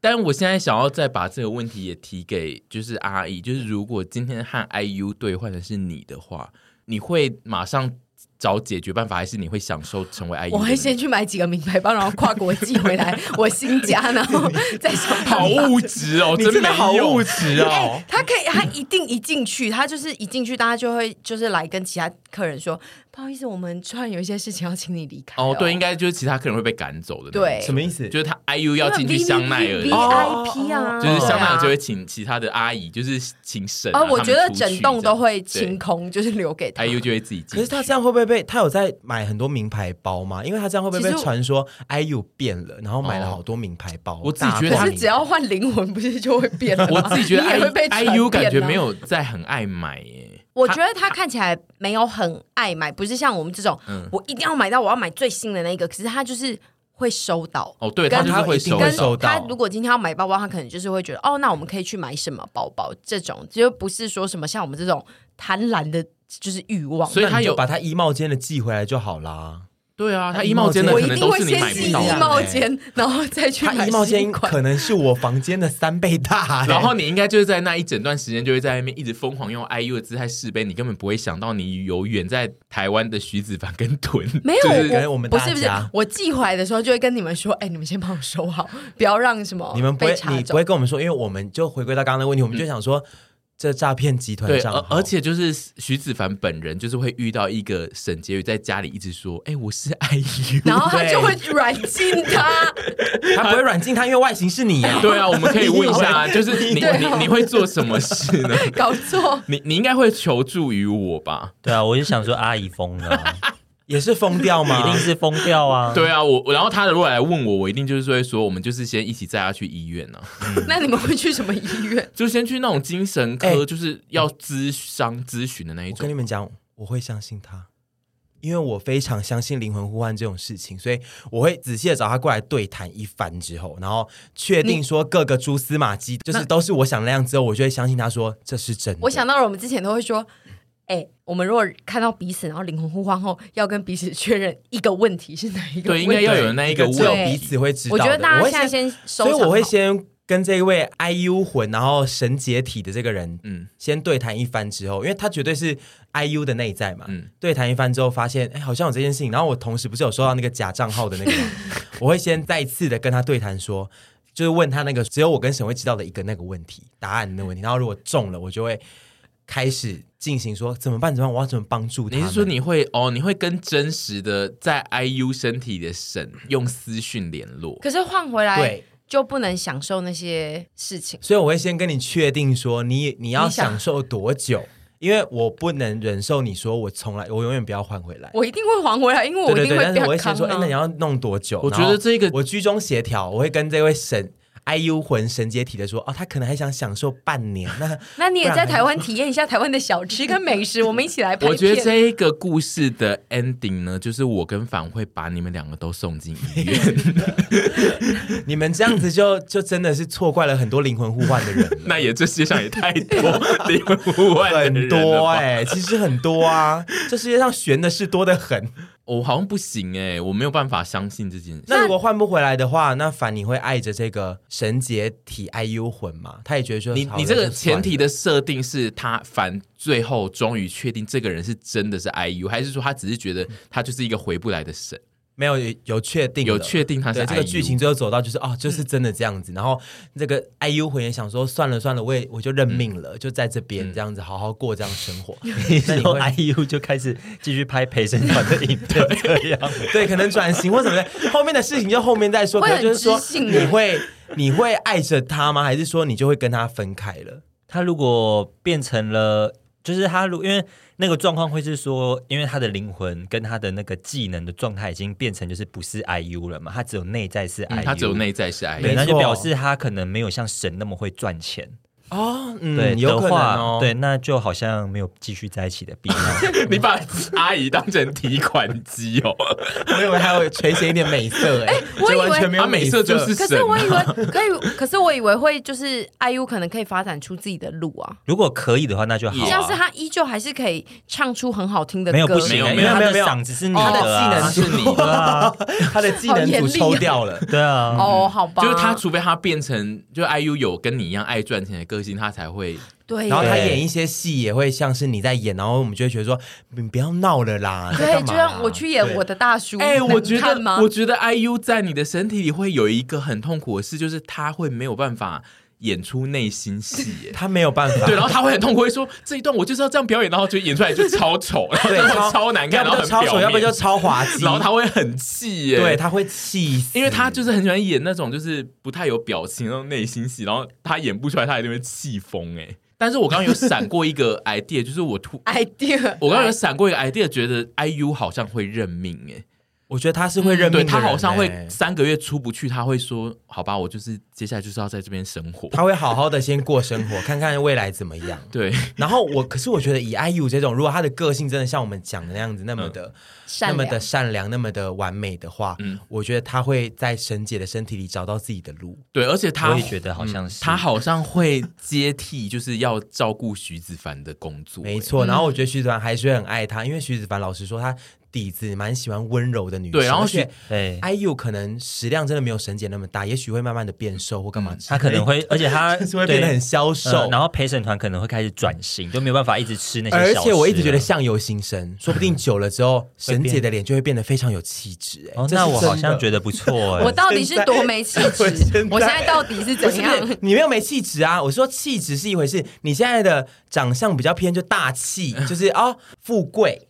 [SPEAKER 1] 但我现在想要再把这个问题也提给就是阿姨，就是如果今天和 IU 对换的是你的话，你会马上找解决办法，还是你会享受成为 IU？
[SPEAKER 3] 我
[SPEAKER 1] 的
[SPEAKER 3] 会
[SPEAKER 1] 人
[SPEAKER 3] 先去买几个名牌包，然后跨国寄回来我新家，然后再想 办法
[SPEAKER 1] 好物质哦，
[SPEAKER 2] 你真
[SPEAKER 1] 没
[SPEAKER 2] 的好
[SPEAKER 1] 用
[SPEAKER 2] 物质哦！
[SPEAKER 3] 他可以，他一定一进去，他就是一进去，大家就会就是来跟其他客人说：“不好意思，我们突然有一些事情要请你离开、
[SPEAKER 1] 哦，对，应
[SPEAKER 3] 该
[SPEAKER 1] 该就是其他客人会被赶走的那种。
[SPEAKER 3] 对
[SPEAKER 2] 什么意思？
[SPEAKER 1] 就是他 IU 要进去香奈儿的
[SPEAKER 3] V
[SPEAKER 1] 时候，
[SPEAKER 2] 哦
[SPEAKER 3] I P 啊，
[SPEAKER 1] 就是香奈儿就
[SPEAKER 3] 对
[SPEAKER 1] 会
[SPEAKER 3] 啊。
[SPEAKER 1] 请其他的阿姨，就是请沈、啊。
[SPEAKER 3] 而我觉
[SPEAKER 1] 他
[SPEAKER 3] 得
[SPEAKER 1] 们出去
[SPEAKER 3] 整栋都会
[SPEAKER 1] 这样
[SPEAKER 3] 清空，就是留给他
[SPEAKER 1] 对。IU 就会自己进去。
[SPEAKER 2] 可是他这样会不会被他有在买很多名牌包吗？因为他这样会不会
[SPEAKER 3] 其
[SPEAKER 2] 被
[SPEAKER 3] 实
[SPEAKER 2] 传说 IU 变了，然后买了
[SPEAKER 1] 哦
[SPEAKER 2] 好多名牌包？
[SPEAKER 1] 我自己觉得
[SPEAKER 3] 可
[SPEAKER 2] 大
[SPEAKER 3] 是
[SPEAKER 2] 名
[SPEAKER 3] 只要换灵魂，不是就会变了吗？
[SPEAKER 1] 我自己觉得
[SPEAKER 3] 你也会被
[SPEAKER 1] I IU
[SPEAKER 3] 传遍
[SPEAKER 1] 感觉
[SPEAKER 3] 啊
[SPEAKER 1] 没有在很爱买耶。
[SPEAKER 3] 我觉得他看起来没有很爱买，不是像我们这种，
[SPEAKER 1] 嗯
[SPEAKER 3] 我一定要买到，我要买最新的那个。可是他就是会收到。
[SPEAKER 1] 哦，对
[SPEAKER 3] 跟
[SPEAKER 1] 他就是会收
[SPEAKER 2] 他一定
[SPEAKER 3] 跟
[SPEAKER 2] 会收到
[SPEAKER 3] 他如果今天要买包包，他可能就是会觉得哦，那我们可以去买什么包包？这种就不是说什么像我们这种贪婪的，就是欲望。
[SPEAKER 1] 所以他
[SPEAKER 2] 那你就
[SPEAKER 1] 有
[SPEAKER 2] 把他衣帽间的寄回来就好啦。
[SPEAKER 1] 对啊，他衣
[SPEAKER 2] 衣
[SPEAKER 1] 帽
[SPEAKER 2] 帽
[SPEAKER 1] 间
[SPEAKER 2] 间
[SPEAKER 1] 的
[SPEAKER 3] 我
[SPEAKER 1] 可
[SPEAKER 3] 一
[SPEAKER 1] 能
[SPEAKER 3] 定
[SPEAKER 1] 都
[SPEAKER 3] 会
[SPEAKER 1] 是你
[SPEAKER 3] 先
[SPEAKER 1] 买
[SPEAKER 3] 寄
[SPEAKER 1] 不到
[SPEAKER 3] 衣
[SPEAKER 1] 的。欸
[SPEAKER 3] 帽间，然后再去
[SPEAKER 2] 他
[SPEAKER 3] 买
[SPEAKER 2] 衣帽
[SPEAKER 3] 新
[SPEAKER 2] 间
[SPEAKER 3] 款
[SPEAKER 2] 可能是我房间的三倍大、
[SPEAKER 1] 然后你应该就是在那一整段时间，就会在那边一直疯狂用 IU 的姿态试杯，你根本不会想到你有远在台湾的徐子凡跟屯，
[SPEAKER 3] 没有，
[SPEAKER 1] 就是
[SPEAKER 2] 感觉我们
[SPEAKER 3] 不
[SPEAKER 2] 大
[SPEAKER 3] 是不是
[SPEAKER 2] 家，
[SPEAKER 3] 我寄回来的时候就会跟你们说，哎、你们先帮我收好，不要让什么
[SPEAKER 2] 你们不
[SPEAKER 3] 被
[SPEAKER 2] 会，
[SPEAKER 3] 查
[SPEAKER 2] 你不
[SPEAKER 3] 走。
[SPEAKER 2] 会跟我们说，因为我们就回归到刚刚的问题，我们就想说、这诈骗集团
[SPEAKER 1] 对，
[SPEAKER 2] 账
[SPEAKER 1] 而
[SPEAKER 2] 号，
[SPEAKER 1] 而且就是徐子凡本人就是会遇到一个沈婕妤在家里一直说，哎、我是 IU，
[SPEAKER 3] 然后他就会软禁他，
[SPEAKER 2] 他不会软禁他，因为外形是你 呀、
[SPEAKER 1] 对啊，我们可以问一 下啊，就是你
[SPEAKER 3] 对啊
[SPEAKER 1] 你你会做什么事 呢？
[SPEAKER 3] 搞错。
[SPEAKER 1] 你你应该会求助于我吧？
[SPEAKER 4] 对 啊，我就想说阿姨疯了啊，
[SPEAKER 2] 也是疯 掉
[SPEAKER 4] 一
[SPEAKER 2] 吗
[SPEAKER 4] 定？是疯掉 啊。
[SPEAKER 1] 对啊，我我然后他如果来问我，我一定就是会说，我们就是先一起载他去医院呢、啊，
[SPEAKER 3] 那你们会去什么医院？
[SPEAKER 1] 就先去那种精神科，
[SPEAKER 2] 哎
[SPEAKER 1] 就是要咨商咨询的那一
[SPEAKER 2] 我跟你
[SPEAKER 1] 种。
[SPEAKER 2] 们讲，我会相信他，因为我非常相信灵魂互换这种事情，所以我会仔细的找他过来对谈一番之后，然后确定说各个蛛丝马迹就是都是我想的那样之后，我就会相信他说这是真的。
[SPEAKER 3] 我想到了，我们之前都会说，哎、我们如果看到彼此，然后灵魂互换后，要跟彼此确认一个问题是哪一个
[SPEAKER 1] 对，
[SPEAKER 3] 问题。
[SPEAKER 1] 应该要有那一个
[SPEAKER 2] 只有
[SPEAKER 1] 问
[SPEAKER 2] 彼
[SPEAKER 1] 题。
[SPEAKER 2] 此会知道
[SPEAKER 3] 我
[SPEAKER 2] 的。
[SPEAKER 3] 觉得
[SPEAKER 2] 我
[SPEAKER 3] 大家
[SPEAKER 2] 会
[SPEAKER 3] 现在先收
[SPEAKER 2] 所以
[SPEAKER 3] 藏好，
[SPEAKER 2] 我会先跟这位 IU 魂，然后神解体的这个人，
[SPEAKER 1] 嗯
[SPEAKER 2] 嗯，先对谈一番之后，因为他绝对是 IU 的内在嘛，
[SPEAKER 1] 嗯
[SPEAKER 2] 嗯，对谈一番之后发现，哎，好像有这件事情。然后我同时不是有收到那个假账号的 那个吗，我会先再次的跟他对谈说。就是问他那个只有我跟沈会知道的一个那个问题答案的问题，然后如果中了，我就会开始进行说怎么办？怎么办？我要怎么帮助他？
[SPEAKER 1] 你是说你会哦？你会跟真实的在 IU 身体的神用私讯联络？
[SPEAKER 3] 可是换回来
[SPEAKER 2] 对？
[SPEAKER 3] 就不能享受那些事情。
[SPEAKER 2] 所以我会先跟你确定说你你要
[SPEAKER 3] 你想
[SPEAKER 2] 享受多久，因为我不能忍受你说我从来我永远不要换回来。
[SPEAKER 3] 我一定会还回来，因为我
[SPEAKER 2] 对
[SPEAKER 3] 一
[SPEAKER 2] 对
[SPEAKER 3] 定
[SPEAKER 2] 对，但是我
[SPEAKER 3] 会
[SPEAKER 2] 会
[SPEAKER 3] 比较
[SPEAKER 2] 先说，哎、
[SPEAKER 3] 康
[SPEAKER 2] 那
[SPEAKER 3] 啊
[SPEAKER 2] 你要弄多久？
[SPEAKER 1] 我觉得这个
[SPEAKER 2] 然后我居中协调，我会跟这位神 IU 魂神解体的说，哦，他可能还想享受半年， 那
[SPEAKER 3] 那你也
[SPEAKER 2] 不
[SPEAKER 3] 在
[SPEAKER 2] 然
[SPEAKER 3] 台湾体验一下台湾的小吃跟美食，我们一 起来拍片。
[SPEAKER 1] 我觉得这一个故事的 ending 呢，就是我跟凡会把你们两个都送进 医院，。
[SPEAKER 2] 你们这样子就就真的是错怪了很多灵魂互换的人了
[SPEAKER 1] 那也这世界上也太多 灵魂互换的
[SPEAKER 2] 很
[SPEAKER 1] 人了
[SPEAKER 2] 多
[SPEAKER 1] 吧
[SPEAKER 2] 哎、其实很多啊，这世界上悬的事多得很。
[SPEAKER 1] 我好像不行哎、我没有办法相信这件事。
[SPEAKER 2] 那如果换不回来的话，那反你会爱着这个神解体 IU 魂吗？他也觉得说
[SPEAKER 1] 你
[SPEAKER 2] 好
[SPEAKER 1] 你
[SPEAKER 2] 了
[SPEAKER 1] 这个
[SPEAKER 2] 就算
[SPEAKER 1] 前提
[SPEAKER 2] 了
[SPEAKER 1] 的设定是他凡最后终于确定这个人是真的是 IU，还是说他只是觉得他就是一个回不来的神？
[SPEAKER 2] 没有有有确定了
[SPEAKER 1] 有确定他是
[SPEAKER 2] 对这个
[SPEAKER 1] IU
[SPEAKER 2] 剧情最后走到就是哦，就是真的这样子。然后这个 IU 魂也想说算了算了，我也我就认命了，就在这边这样子好好过这样生活。
[SPEAKER 4] 你
[SPEAKER 2] 那
[SPEAKER 4] 说哎
[SPEAKER 2] 你会
[SPEAKER 4] IU 就开始继续拍陪审团的影片这 样，
[SPEAKER 2] 对，可能转型或什么的，后面的事情就后面再说。
[SPEAKER 3] 会
[SPEAKER 2] 可
[SPEAKER 3] 很
[SPEAKER 2] 能就是说
[SPEAKER 3] 知，性耶
[SPEAKER 2] 你会你会爱着他吗？还是说你就会跟他分开了？
[SPEAKER 4] 他如果变成了，就是他如因为那个状况会是说，因为他的灵魂跟他的那个技能的状态已经变成就是不是 IU 了嘛，他只有内在是 IU，、
[SPEAKER 1] 嗯他只有。内在是
[SPEAKER 4] 对，
[SPEAKER 2] 没
[SPEAKER 1] IU，
[SPEAKER 4] 那就
[SPEAKER 2] 错
[SPEAKER 4] 表示他可能没有像神那么会赚钱，
[SPEAKER 2] 哦，
[SPEAKER 4] 对
[SPEAKER 2] 嗯，有
[SPEAKER 4] 的
[SPEAKER 2] 可能
[SPEAKER 4] 话，
[SPEAKER 2] 哦。
[SPEAKER 4] 对，那就好像没有继续在一起的必要。
[SPEAKER 1] 你把阿姨当成提款机哦，
[SPEAKER 2] 我以为还有垂涎一点美色哎，
[SPEAKER 3] 我以
[SPEAKER 2] 就
[SPEAKER 3] 为
[SPEAKER 2] 完全没有
[SPEAKER 1] 他美色
[SPEAKER 2] 色
[SPEAKER 1] 就是
[SPEAKER 3] 可
[SPEAKER 1] 神
[SPEAKER 3] 是
[SPEAKER 1] 啊
[SPEAKER 3] 我以为可以，可是我以为会就是 IU 可能可以发展出自己的路啊。
[SPEAKER 4] 如果可以的话，那就好、
[SPEAKER 1] 啊
[SPEAKER 3] 像是他依旧还是可以唱出很好听的歌，
[SPEAKER 4] 没有不行，欸
[SPEAKER 1] 没有
[SPEAKER 4] 因
[SPEAKER 1] 没
[SPEAKER 4] 为
[SPEAKER 1] 有
[SPEAKER 4] 他的
[SPEAKER 2] 没有
[SPEAKER 4] 嗓子是你
[SPEAKER 2] 他的技
[SPEAKER 4] 啊
[SPEAKER 2] 能
[SPEAKER 1] 他是 你
[SPEAKER 4] 对
[SPEAKER 1] 的，
[SPEAKER 4] 啊，
[SPEAKER 2] 他的技能组抽掉 了。
[SPEAKER 4] 对啊，
[SPEAKER 3] 哦，好吧，
[SPEAKER 1] 就是他，除非他变成就 IU 有跟你一样爱赚钱的个性，他才会
[SPEAKER 3] 对耶，
[SPEAKER 2] 然后他
[SPEAKER 4] 对
[SPEAKER 2] 演一些戏也会像是你在演，然后我们就会觉得说，你不要闹了啦。在
[SPEAKER 3] 对，
[SPEAKER 2] 干
[SPEAKER 3] 就
[SPEAKER 2] 嘛啊啦
[SPEAKER 3] 让我去演我的大叔，
[SPEAKER 2] 嗯
[SPEAKER 1] 哎、我
[SPEAKER 3] 能
[SPEAKER 1] 觉
[SPEAKER 3] 看吗
[SPEAKER 1] 得，我？觉得 IU 在你的身体里会有一个很痛苦的事，就是他会没有办法演出内心戏 耶。
[SPEAKER 2] 他没有办 法，
[SPEAKER 1] 对，然后他会很痛苦，会说这一段我就是要这样表演，然后就演出来就超丑，然后
[SPEAKER 2] 对
[SPEAKER 1] 然后超难看，然
[SPEAKER 2] 要
[SPEAKER 1] 后
[SPEAKER 2] 不就
[SPEAKER 1] 很
[SPEAKER 2] 超
[SPEAKER 1] 表
[SPEAKER 2] 丑，
[SPEAKER 1] 面，
[SPEAKER 2] 要不就超滑 稽，
[SPEAKER 1] 然后他会很气耶，
[SPEAKER 2] 对他会气死，
[SPEAKER 1] 因为他就是很喜欢演那种就是不太有表情那种内心戏，然后他演不出来，他一定会气疯哎。但是我刚刚有闪过一个 idea，就是我突
[SPEAKER 3] idea，
[SPEAKER 1] 我刚刚有闪过一个 idea，觉得 IU 好像会认命哎、
[SPEAKER 2] 我觉得他是
[SPEAKER 3] 嗯
[SPEAKER 2] 会认命
[SPEAKER 1] 对
[SPEAKER 2] 的人欸，
[SPEAKER 1] 他好像会三个月出不去，他会说好吧，我就是接下来就是要在这边生活。
[SPEAKER 2] 他会好好的先过生活，看看未来怎么样。
[SPEAKER 1] 对，
[SPEAKER 2] 然后我，可是我觉得以 IU 这种，如果他的个性真的像我们讲的那样子，那么的、那
[SPEAKER 3] 善
[SPEAKER 2] 么
[SPEAKER 3] 良
[SPEAKER 2] 的。善良，那么的完美的话，
[SPEAKER 1] 嗯
[SPEAKER 2] 我觉得他会在沈姐的身体里找到自己的路。
[SPEAKER 1] 对，而且他
[SPEAKER 4] 我也觉得好像是
[SPEAKER 2] 嗯
[SPEAKER 1] 他好像会接替，就是要照顾徐子凡的工作、
[SPEAKER 2] 没
[SPEAKER 1] 欸
[SPEAKER 2] 错，然后我觉得徐子凡还是会很爱她，因为徐子凡老实说，他底子蛮喜欢温柔的女生。
[SPEAKER 1] 对然后
[SPEAKER 2] 而且
[SPEAKER 4] 对，
[SPEAKER 2] IU 可能食量真的没有沈姐那么大，也许会慢慢的变瘦或干嘛之类的，嗯
[SPEAKER 4] 他可能 会，而且他
[SPEAKER 2] 就是会变得
[SPEAKER 4] 对
[SPEAKER 2] 很消
[SPEAKER 4] 呃
[SPEAKER 2] 瘦。
[SPEAKER 4] 然后陪审团可能会开始转型，就没有办法一直吃那些
[SPEAKER 2] 而
[SPEAKER 4] 小
[SPEAKER 2] 且我一直
[SPEAKER 4] 吃
[SPEAKER 2] 觉
[SPEAKER 4] 了
[SPEAKER 2] 得相由心
[SPEAKER 4] 啊
[SPEAKER 2] 生，说不定久了 之后，沈姐的脸就会变得非常有气质、哎、
[SPEAKER 4] 哦，
[SPEAKER 2] 这是
[SPEAKER 4] 那我好
[SPEAKER 2] 真的
[SPEAKER 4] 像觉得不 错哎、
[SPEAKER 3] 我到底是多没气质
[SPEAKER 2] 我现在？
[SPEAKER 3] 我现在到底是
[SPEAKER 2] 不
[SPEAKER 3] 怎
[SPEAKER 2] 是
[SPEAKER 3] 样？
[SPEAKER 2] 不是你没有没气质啊！我说气质是一回事，你现在的长相比较偏就大 气，就是哦，富贵、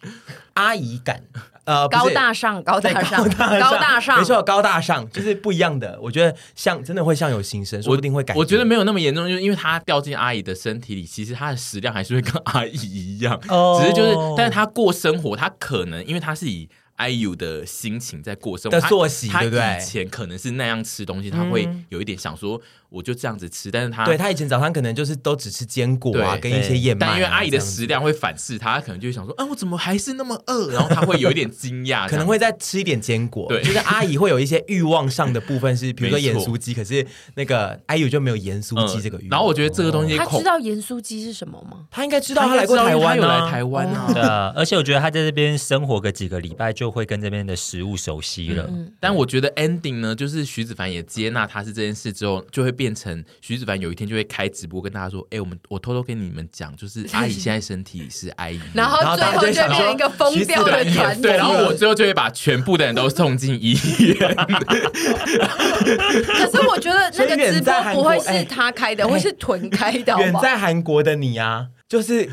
[SPEAKER 2] 阿姨感，呃，不是
[SPEAKER 3] 高大上，高
[SPEAKER 2] 对
[SPEAKER 3] 大上，
[SPEAKER 2] 高大
[SPEAKER 3] 上，
[SPEAKER 2] 没错，高大上就是不一样的。我觉得像真的会像有心生，说不定会改变。
[SPEAKER 1] 我觉得没有那么严重，就是因为他掉进阿姨的身体里，其实他的食量还是会跟阿姨一样，
[SPEAKER 4] 哦
[SPEAKER 1] 只是就是，但是他过生活，他可能因为他是以 IU 的心情在过生活
[SPEAKER 2] 的作息
[SPEAKER 1] 他
[SPEAKER 2] 对不
[SPEAKER 1] 他
[SPEAKER 2] 对嗯
[SPEAKER 1] 以前可能是那样吃东西，他会有一点想说，我就这样子吃，但是他
[SPEAKER 2] 对他以前早上可能就是都只吃坚果啊，
[SPEAKER 1] 对
[SPEAKER 2] 跟一些燕麦啊、
[SPEAKER 1] 但因为阿姨的
[SPEAKER 2] 这样子
[SPEAKER 1] 食量会反噬他，他可能就会想说，啊，我怎么还是那么饿？然后他会有一点惊讶，
[SPEAKER 2] 可能会再吃一点坚果，
[SPEAKER 1] 对
[SPEAKER 2] 就是阿姨会有一些欲望上的部分是，比如说
[SPEAKER 1] 没错
[SPEAKER 2] 盐酥鸡，可是那个 IU 就没有盐酥
[SPEAKER 1] 嗯
[SPEAKER 2] 鸡这个欲望。哦
[SPEAKER 1] 然后我觉得这个东西
[SPEAKER 3] 他
[SPEAKER 1] 恐
[SPEAKER 3] 知道盐酥鸡是什么吗？
[SPEAKER 2] 他应该知道他来过台
[SPEAKER 1] 他
[SPEAKER 2] 湾
[SPEAKER 1] 有
[SPEAKER 2] 啊，
[SPEAKER 1] 来台湾啊，
[SPEAKER 4] 对啊，而且我觉得他在这边生活个几个礼拜，就会跟这边的食物熟悉
[SPEAKER 2] 嗯
[SPEAKER 4] 了。
[SPEAKER 3] 嗯
[SPEAKER 1] 但我觉得 ending 呢，就是徐子凡也接纳他是这件事之后，就会变成徐子凡有一天就会开直播跟大家说：“哎、我们我偷偷跟你们讲， 就是阿姨现在身体是阿姨。”
[SPEAKER 3] 然后
[SPEAKER 2] 然后
[SPEAKER 3] 最
[SPEAKER 2] 大家就想
[SPEAKER 3] 后就变
[SPEAKER 2] 说
[SPEAKER 3] 成一个疯掉的
[SPEAKER 2] 徐子
[SPEAKER 3] 传
[SPEAKER 2] 凡
[SPEAKER 3] 统。
[SPEAKER 1] 对，然后我最后就会把全部的人都送进医院。
[SPEAKER 3] 可是我觉得那
[SPEAKER 2] 所
[SPEAKER 3] 个
[SPEAKER 2] 以远
[SPEAKER 3] 直播
[SPEAKER 2] 在韩
[SPEAKER 3] 不
[SPEAKER 2] 国
[SPEAKER 3] 会
[SPEAKER 2] 哎
[SPEAKER 3] 是他开的，会是屯开的，好
[SPEAKER 2] 远
[SPEAKER 3] 不好？
[SPEAKER 2] 在韩国的你啊，就是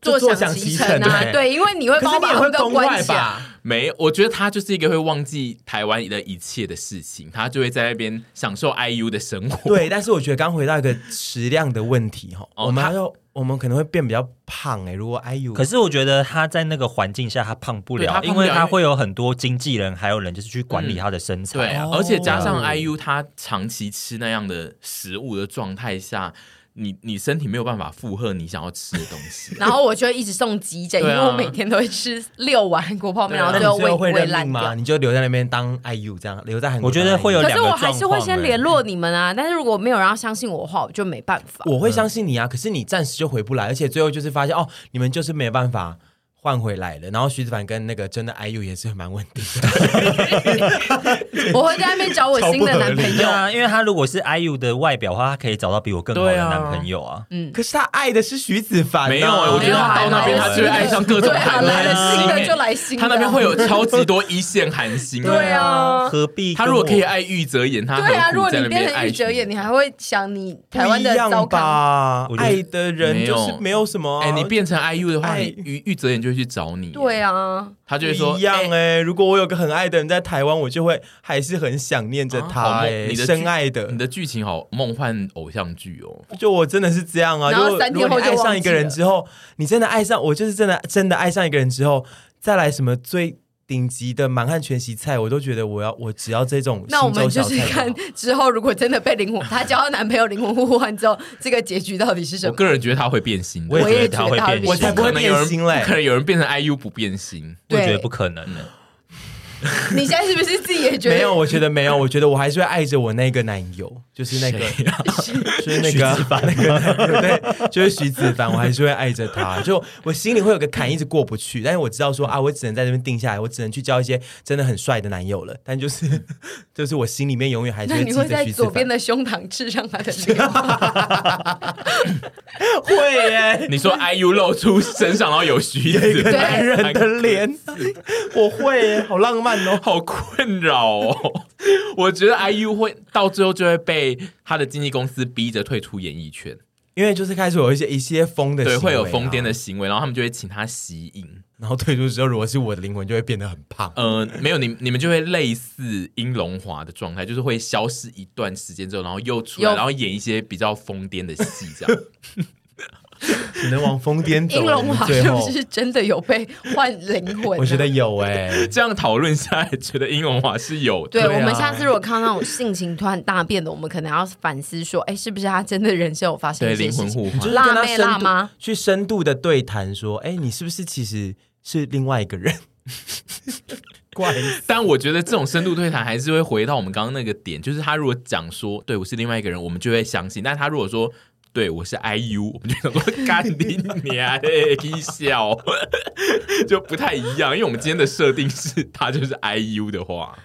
[SPEAKER 2] 就
[SPEAKER 3] 坐享
[SPEAKER 2] 享
[SPEAKER 3] 其
[SPEAKER 2] 其
[SPEAKER 3] 成啊，
[SPEAKER 2] 欸。
[SPEAKER 3] 对，因为你会
[SPEAKER 2] 可
[SPEAKER 3] 帮
[SPEAKER 2] 是
[SPEAKER 3] 我
[SPEAKER 2] 你
[SPEAKER 3] 把
[SPEAKER 2] 也
[SPEAKER 3] 那
[SPEAKER 2] 会
[SPEAKER 3] 个
[SPEAKER 2] 公
[SPEAKER 3] 关
[SPEAKER 2] 外
[SPEAKER 3] 起来。
[SPEAKER 2] 吧？
[SPEAKER 1] 没，我觉得他就是一个会忘记台湾的一切的事情，他就会在那边享受 IU 的生活。
[SPEAKER 2] 对，但是我觉得刚回到一个食量的问题哈，
[SPEAKER 1] 哦
[SPEAKER 2] 我们
[SPEAKER 1] 他
[SPEAKER 2] 还要我们可能会变比较胖哎，如果 IU
[SPEAKER 4] 可是我觉得他在那个环境下，他胖不
[SPEAKER 1] 对
[SPEAKER 4] 了，
[SPEAKER 1] 他胖不
[SPEAKER 4] 因为
[SPEAKER 1] 了
[SPEAKER 4] 他
[SPEAKER 1] 因为嗯
[SPEAKER 4] 会有很多经纪人，还有人就是去管理他的身材
[SPEAKER 1] 对
[SPEAKER 4] 啊。
[SPEAKER 1] 而且加上 IU 他长期吃那样的食物的状态下，你你身体没有办法负荷你想要吃的东西。
[SPEAKER 3] 然后我就会一直送急诊，因
[SPEAKER 1] 对啊
[SPEAKER 3] 为我每天都会吃六碗韩国泡面，
[SPEAKER 1] 对
[SPEAKER 3] 然
[SPEAKER 1] 啊
[SPEAKER 3] 后
[SPEAKER 2] 那
[SPEAKER 3] 最
[SPEAKER 2] 你
[SPEAKER 3] 后
[SPEAKER 2] 最后会
[SPEAKER 3] 胃胃
[SPEAKER 2] 认
[SPEAKER 3] 烂
[SPEAKER 2] 命吗？
[SPEAKER 3] 掉。
[SPEAKER 2] 你就留在那边当 IU 这样，留在韩国
[SPEAKER 4] 我
[SPEAKER 2] 当
[SPEAKER 4] 觉
[SPEAKER 2] IU。
[SPEAKER 4] 得会有
[SPEAKER 3] 可是
[SPEAKER 4] 两个
[SPEAKER 3] 我
[SPEAKER 4] 状况
[SPEAKER 3] 还
[SPEAKER 4] 欸。
[SPEAKER 3] 是会先联络你们啊，但是如果没有人要相信我的话，我就没办法。
[SPEAKER 2] 我会相信你啊，可是你暂时就回不来，而且最后就是发现哦，你们就是没办法换回来了。然后徐子凡跟那个真的 IU 也是蛮稳定的，
[SPEAKER 3] 我会在那边找我新的男
[SPEAKER 1] 哎
[SPEAKER 3] 朋
[SPEAKER 4] 对
[SPEAKER 3] 友。
[SPEAKER 4] 啊，因为他如果是 IU 的外表的话，他可以找到比我更好的
[SPEAKER 1] 对啊
[SPEAKER 4] 男朋友啊。
[SPEAKER 2] 可是他爱的是徐子凡、啊
[SPEAKER 1] 没有欸我觉得
[SPEAKER 3] 啊
[SPEAKER 1] 他到那边他就会爱上各种
[SPEAKER 3] 对啊，
[SPEAKER 1] 韩
[SPEAKER 3] 来了
[SPEAKER 1] 星
[SPEAKER 3] 新的
[SPEAKER 1] 欸
[SPEAKER 3] 就来新的
[SPEAKER 1] 他
[SPEAKER 3] 啊，
[SPEAKER 1] 那边会有超级多一线韩星。
[SPEAKER 3] 对啊。
[SPEAKER 4] 何必
[SPEAKER 1] 他
[SPEAKER 4] 跟
[SPEAKER 1] 如果可以
[SPEAKER 4] 我
[SPEAKER 1] 爱玉泽演，他
[SPEAKER 3] 对啊，
[SPEAKER 1] 何苦
[SPEAKER 3] 如果
[SPEAKER 1] 在
[SPEAKER 3] 你
[SPEAKER 1] 那边
[SPEAKER 3] 变成
[SPEAKER 1] 爱
[SPEAKER 3] 玉哲演，
[SPEAKER 1] 徐
[SPEAKER 3] 你还会想你台湾
[SPEAKER 2] 不
[SPEAKER 3] 的
[SPEAKER 2] 一样
[SPEAKER 3] 糟糠。
[SPEAKER 2] 吧
[SPEAKER 4] 我？觉得
[SPEAKER 2] 爱的人就是没有什么、啊，
[SPEAKER 1] 哎、你变成 IU 的话，
[SPEAKER 2] 爱
[SPEAKER 1] 你玉玉泽演就会去找你。
[SPEAKER 3] 对，啊，
[SPEAKER 1] 他就会说
[SPEAKER 2] 不一样
[SPEAKER 1] 哎
[SPEAKER 2] 哎、如果我有个很爱的人在台湾，我就会还是很想念着
[SPEAKER 1] 啊
[SPEAKER 2] 他
[SPEAKER 1] 好梦
[SPEAKER 2] 哎、
[SPEAKER 1] 你的
[SPEAKER 2] 深爱的
[SPEAKER 1] 你。的剧情好梦幻偶像剧哦。
[SPEAKER 2] 就我真的是这样啊，
[SPEAKER 3] 然后
[SPEAKER 2] 就
[SPEAKER 3] 三
[SPEAKER 2] 如
[SPEAKER 3] 天
[SPEAKER 2] 果
[SPEAKER 3] 后
[SPEAKER 2] 你
[SPEAKER 3] 就
[SPEAKER 2] 爱上
[SPEAKER 3] 忘
[SPEAKER 2] 一
[SPEAKER 3] 记
[SPEAKER 2] 个人
[SPEAKER 3] 了
[SPEAKER 2] 之后，你真的爱上我，就是真的真的爱上一个人之后，再来什么最顶级的满汉全席菜，我都觉得我要我只要这种
[SPEAKER 3] 那我
[SPEAKER 2] 新
[SPEAKER 3] 们
[SPEAKER 2] 洲
[SPEAKER 3] 就
[SPEAKER 2] 小
[SPEAKER 3] 是
[SPEAKER 2] 菜好
[SPEAKER 3] 看之后，如果真的被灵魂，她交到男朋友灵魂互换之后，这个结局到底是什
[SPEAKER 1] 我
[SPEAKER 3] 么？
[SPEAKER 1] 个人觉得他会变心的，
[SPEAKER 4] 我也觉得
[SPEAKER 3] 我
[SPEAKER 4] 他
[SPEAKER 3] 也觉得
[SPEAKER 4] 会
[SPEAKER 2] 我
[SPEAKER 3] 他会变
[SPEAKER 4] 变心啊
[SPEAKER 2] 才不会
[SPEAKER 1] 可能有人
[SPEAKER 2] 变心嘞
[SPEAKER 1] 不可能有人变成 IU 不变心。
[SPEAKER 4] 我觉得
[SPEAKER 3] 对
[SPEAKER 4] 不，可能的。
[SPEAKER 3] 你现在是不是自己也觉得
[SPEAKER 2] 没有，我觉得没有，我觉得我还是会爱着我那个男 友，就是那个，
[SPEAKER 3] 啊
[SPEAKER 2] 就是那个那个男友，对，就是徐子凡，我还是会爱着 他。就我心里会有个坎一直过不去，但是我知道说啊，我只能在这边定下来，我只能去交一些真的很帅的男友了。但就是 就是我心里面永远还是
[SPEAKER 3] 那
[SPEAKER 2] 会
[SPEAKER 3] 你
[SPEAKER 2] 记
[SPEAKER 3] 会在
[SPEAKER 2] 着徐子
[SPEAKER 3] 左边
[SPEAKER 2] 凡。
[SPEAKER 3] 的胸膛刺上 他的脸吗？
[SPEAKER 2] 会耶，
[SPEAKER 1] 你说 IU 露出身上，然后有徐子
[SPEAKER 2] 男人
[SPEAKER 1] 凡，
[SPEAKER 2] 的脸，我会耶，好浪漫哦。
[SPEAKER 1] 好困扰哦！我觉得 IU 会到最后就会被他的经纪公司逼着退出演艺圈，
[SPEAKER 2] 因为就是开始有一些一些疯的、啊
[SPEAKER 1] 对，会有疯癫的，行为，然后他们就会请他吸引。
[SPEAKER 2] 然后退出之后，如果是我的灵魂，就会变得很胖。
[SPEAKER 3] 哦
[SPEAKER 1] 呃，没有你，你们就会类似英龙华的状态，就是会消失一段时间之后，然后又出来，
[SPEAKER 3] 有
[SPEAKER 1] 然后演一些比较疯癫的戏，这 样。
[SPEAKER 2] 只能往疯癫 走。
[SPEAKER 3] 英龙华
[SPEAKER 2] 最
[SPEAKER 3] 是
[SPEAKER 2] 后
[SPEAKER 3] 不是真的有被换灵魂、啊
[SPEAKER 2] 我觉得。有哎、
[SPEAKER 1] 这样讨论下来，觉得英龙华是有的
[SPEAKER 3] 对
[SPEAKER 2] 对啊
[SPEAKER 3] 我们下次如果看到那种性情突然大变的，我们可能要反思说，哎，是不是他真的人生有发生
[SPEAKER 1] 对
[SPEAKER 3] 一些
[SPEAKER 1] 灵
[SPEAKER 3] 事
[SPEAKER 1] 魂
[SPEAKER 3] 情？
[SPEAKER 1] 互
[SPEAKER 2] 你
[SPEAKER 1] 换。
[SPEAKER 2] 就是跟
[SPEAKER 3] 辣
[SPEAKER 2] 他
[SPEAKER 3] 妹
[SPEAKER 2] 深
[SPEAKER 3] 辣
[SPEAKER 2] 度
[SPEAKER 3] 妈
[SPEAKER 2] 去深度的对谈，说，哎、你是不是其实是另外一个人？ 怪
[SPEAKER 1] 但我觉得这种深度对谈还是会回到我们刚刚那个点，就是他如果讲说对我是另外一个人，我们就会相信；但他如果说对我是 IU，我们就想说干你娘 嘞，一笑，就不太一样。因为我们今天的设定是他就是 IU 的话，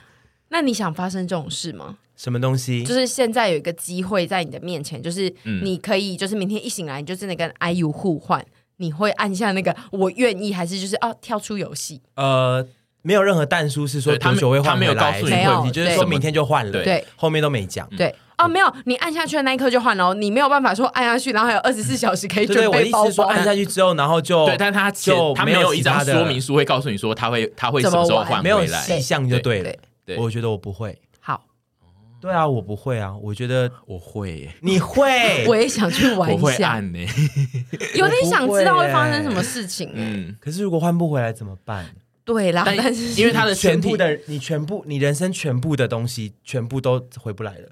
[SPEAKER 3] 那你想发生这种事吗？
[SPEAKER 2] 什么东西？
[SPEAKER 3] 就是现在有一个机会在你的面前，就是
[SPEAKER 1] 嗯
[SPEAKER 3] 你可以，就是明天一醒来，你就真的跟 IU 互换，你会按下那个我愿意，还是就是哦跳出游戏？
[SPEAKER 2] 呃，没有任何淡书是说
[SPEAKER 1] 对他
[SPEAKER 2] 多
[SPEAKER 1] 没
[SPEAKER 2] 久会换
[SPEAKER 1] 他没有
[SPEAKER 2] 回来
[SPEAKER 1] 告诉
[SPEAKER 3] 你没有会
[SPEAKER 2] 你就是
[SPEAKER 3] 对
[SPEAKER 2] 说明天就换了，
[SPEAKER 3] 对，
[SPEAKER 2] 后面都没讲。
[SPEAKER 3] 对。
[SPEAKER 2] 嗯
[SPEAKER 3] 哦，没有，你按下去的那一刻就换了哦，你没有办法说按下去，然后还有二十四小时可以
[SPEAKER 2] 对对，
[SPEAKER 3] 准
[SPEAKER 2] 我的
[SPEAKER 3] 备
[SPEAKER 2] 意
[SPEAKER 3] 包啊
[SPEAKER 2] 思是说
[SPEAKER 3] 包。
[SPEAKER 2] 按下去之后，然后就
[SPEAKER 1] 对，但他前
[SPEAKER 2] 就
[SPEAKER 1] 他
[SPEAKER 2] 没
[SPEAKER 1] 没
[SPEAKER 2] 有
[SPEAKER 1] 有
[SPEAKER 2] 其
[SPEAKER 1] 一
[SPEAKER 2] 他
[SPEAKER 1] 张
[SPEAKER 2] 的
[SPEAKER 1] 说明书会告诉你说他会他会什
[SPEAKER 3] 怎么
[SPEAKER 1] 么时候
[SPEAKER 3] 玩
[SPEAKER 1] 换
[SPEAKER 2] 没有
[SPEAKER 1] 回来
[SPEAKER 2] 细。项就对了。
[SPEAKER 1] 对
[SPEAKER 2] 我觉得我不会，
[SPEAKER 3] 好，
[SPEAKER 2] 对啊，我不会啊，我觉得
[SPEAKER 1] 我会耶，
[SPEAKER 2] 你会
[SPEAKER 3] 我。也想去玩
[SPEAKER 1] 我
[SPEAKER 3] 一
[SPEAKER 1] 会
[SPEAKER 3] 下，
[SPEAKER 1] 按呢。
[SPEAKER 3] 有点想知道
[SPEAKER 2] 我不会
[SPEAKER 3] 会
[SPEAKER 2] 耶
[SPEAKER 3] 发生什么事情。嗯，
[SPEAKER 1] 嗯，
[SPEAKER 2] 可是如果换不回来怎么办？
[SPEAKER 3] 对啦，
[SPEAKER 1] 但
[SPEAKER 3] 但是
[SPEAKER 1] 因为他的
[SPEAKER 2] 全
[SPEAKER 1] 前提
[SPEAKER 2] 部的你全部你人生全部的东西全部都回不来了。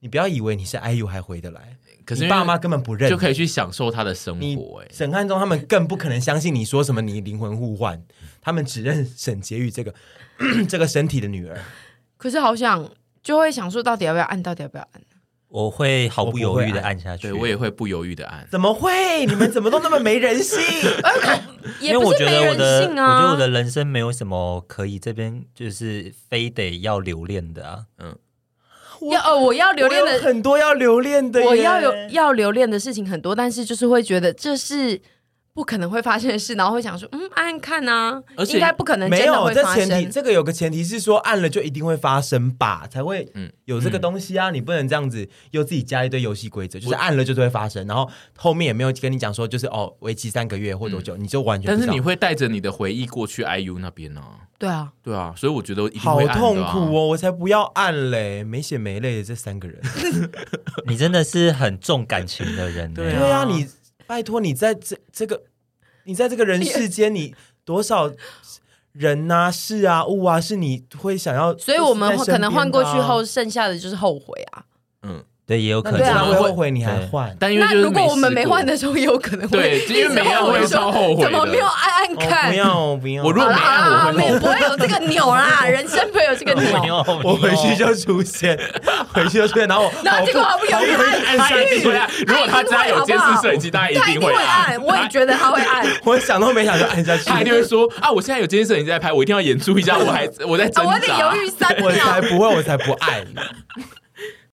[SPEAKER 2] 你不要以为你是 IU 还回得来，
[SPEAKER 1] 可是
[SPEAKER 2] 你
[SPEAKER 1] 因为
[SPEAKER 2] 爸妈根本不认你
[SPEAKER 1] 就可以去享受他的生
[SPEAKER 2] 你
[SPEAKER 1] 活。哎，
[SPEAKER 2] 沈汉中他们更不可能相信你说什么你灵魂互换，他们只认沈婕妤这个 这个身体的女儿。
[SPEAKER 3] 可是好想就会想说，到底要不要按？到底要不要按？
[SPEAKER 4] 我会毫不犹豫的按下去。
[SPEAKER 1] 对我也会不犹豫的按。
[SPEAKER 2] 怎么会？你们怎么都那么没人性？
[SPEAKER 4] 因
[SPEAKER 3] 也
[SPEAKER 4] 为
[SPEAKER 3] 不
[SPEAKER 4] 我
[SPEAKER 3] 是
[SPEAKER 4] 觉
[SPEAKER 3] 没
[SPEAKER 4] 得我
[SPEAKER 3] 人
[SPEAKER 4] 的，
[SPEAKER 3] 性
[SPEAKER 4] 我觉
[SPEAKER 3] 啊。
[SPEAKER 4] 得我的人生没有什么可以这边就是非得要留恋的啊。
[SPEAKER 3] 要哦， 我要留恋
[SPEAKER 2] 我有
[SPEAKER 3] 的，
[SPEAKER 2] 很多要留恋的耶，
[SPEAKER 3] 我要有要留恋的事情很多，但是就是会觉得这是不可能会发生的事，然后会想说，嗯，按按看啊，
[SPEAKER 1] 而且
[SPEAKER 3] 应该不可能
[SPEAKER 2] 没
[SPEAKER 3] 真的
[SPEAKER 2] 有
[SPEAKER 3] 会
[SPEAKER 2] 这
[SPEAKER 3] 发
[SPEAKER 2] 前提，
[SPEAKER 3] 生。
[SPEAKER 2] 这个有个前提是说按了就一定会发生吧，才会
[SPEAKER 1] 嗯
[SPEAKER 2] 有这个东西啊。你不能这样子又自己加一堆游戏规则，就是按了就是会发生，然后后面也没有跟你讲说就是哦，为期三个月或多久，你就完全
[SPEAKER 1] 嗯但
[SPEAKER 2] 不
[SPEAKER 1] 是
[SPEAKER 2] 知道。
[SPEAKER 1] 你会带着你的回忆过去 IU 那边呢、
[SPEAKER 3] 对啊，
[SPEAKER 1] 对啊，所以我觉得我一定
[SPEAKER 2] 好
[SPEAKER 1] 会按的啊
[SPEAKER 2] 痛苦哦！我才不要按嘞，没血没泪的这三个人。
[SPEAKER 4] 你真的是很重感情的人、欸，
[SPEAKER 1] 对
[SPEAKER 2] 对啊，你拜托你在这这个你在这个人世间，你多少人呐、事啊、物啊，是你会想要，
[SPEAKER 3] 所以我们
[SPEAKER 2] 就是在
[SPEAKER 3] 可
[SPEAKER 2] 身边的啊
[SPEAKER 3] 能换过去后，。剩下的就是后悔啊。
[SPEAKER 1] 嗯，
[SPEAKER 4] 对也有可能。哦
[SPEAKER 2] 对啊，
[SPEAKER 1] 我
[SPEAKER 2] 会
[SPEAKER 1] 们会
[SPEAKER 2] 后悔你还换，
[SPEAKER 1] 但因为
[SPEAKER 3] 那
[SPEAKER 1] 就是
[SPEAKER 3] 如果我们
[SPEAKER 1] 试
[SPEAKER 3] 没
[SPEAKER 1] 过
[SPEAKER 3] 换，的时候，也有可能会
[SPEAKER 1] 对，就因为没按我也是要后悔的。
[SPEAKER 3] 怎么没有按按
[SPEAKER 2] 哦
[SPEAKER 3] 看
[SPEAKER 2] 不？要不要，
[SPEAKER 1] 我如
[SPEAKER 3] 好
[SPEAKER 1] 果
[SPEAKER 3] 啦
[SPEAKER 1] 没
[SPEAKER 3] 好啦，
[SPEAKER 1] 按
[SPEAKER 3] 好啦
[SPEAKER 1] 我
[SPEAKER 3] 没
[SPEAKER 1] 会
[SPEAKER 3] 有
[SPEAKER 1] 后
[SPEAKER 3] 不会有这个钮啦，人生不会有这个钮。
[SPEAKER 2] 我回去就出 现，回去就出现，然后我
[SPEAKER 3] 然后结果
[SPEAKER 2] 好
[SPEAKER 3] 毫不犹豫按
[SPEAKER 1] 他一定会 按。啊如果他家有监视摄影机，大家
[SPEAKER 3] 他
[SPEAKER 1] 一
[SPEAKER 3] 一定
[SPEAKER 1] 会
[SPEAKER 3] 会按，我也觉得他会按。
[SPEAKER 2] 不我想都没想就按下去，
[SPEAKER 1] 他一定会说啊，我现在有监视摄影机在拍，我一定要演出一下，我还我在挣
[SPEAKER 3] 啊我得
[SPEAKER 1] 扎
[SPEAKER 3] 犹。豫三
[SPEAKER 2] 我才
[SPEAKER 3] 秒，
[SPEAKER 2] 不会，我才不按。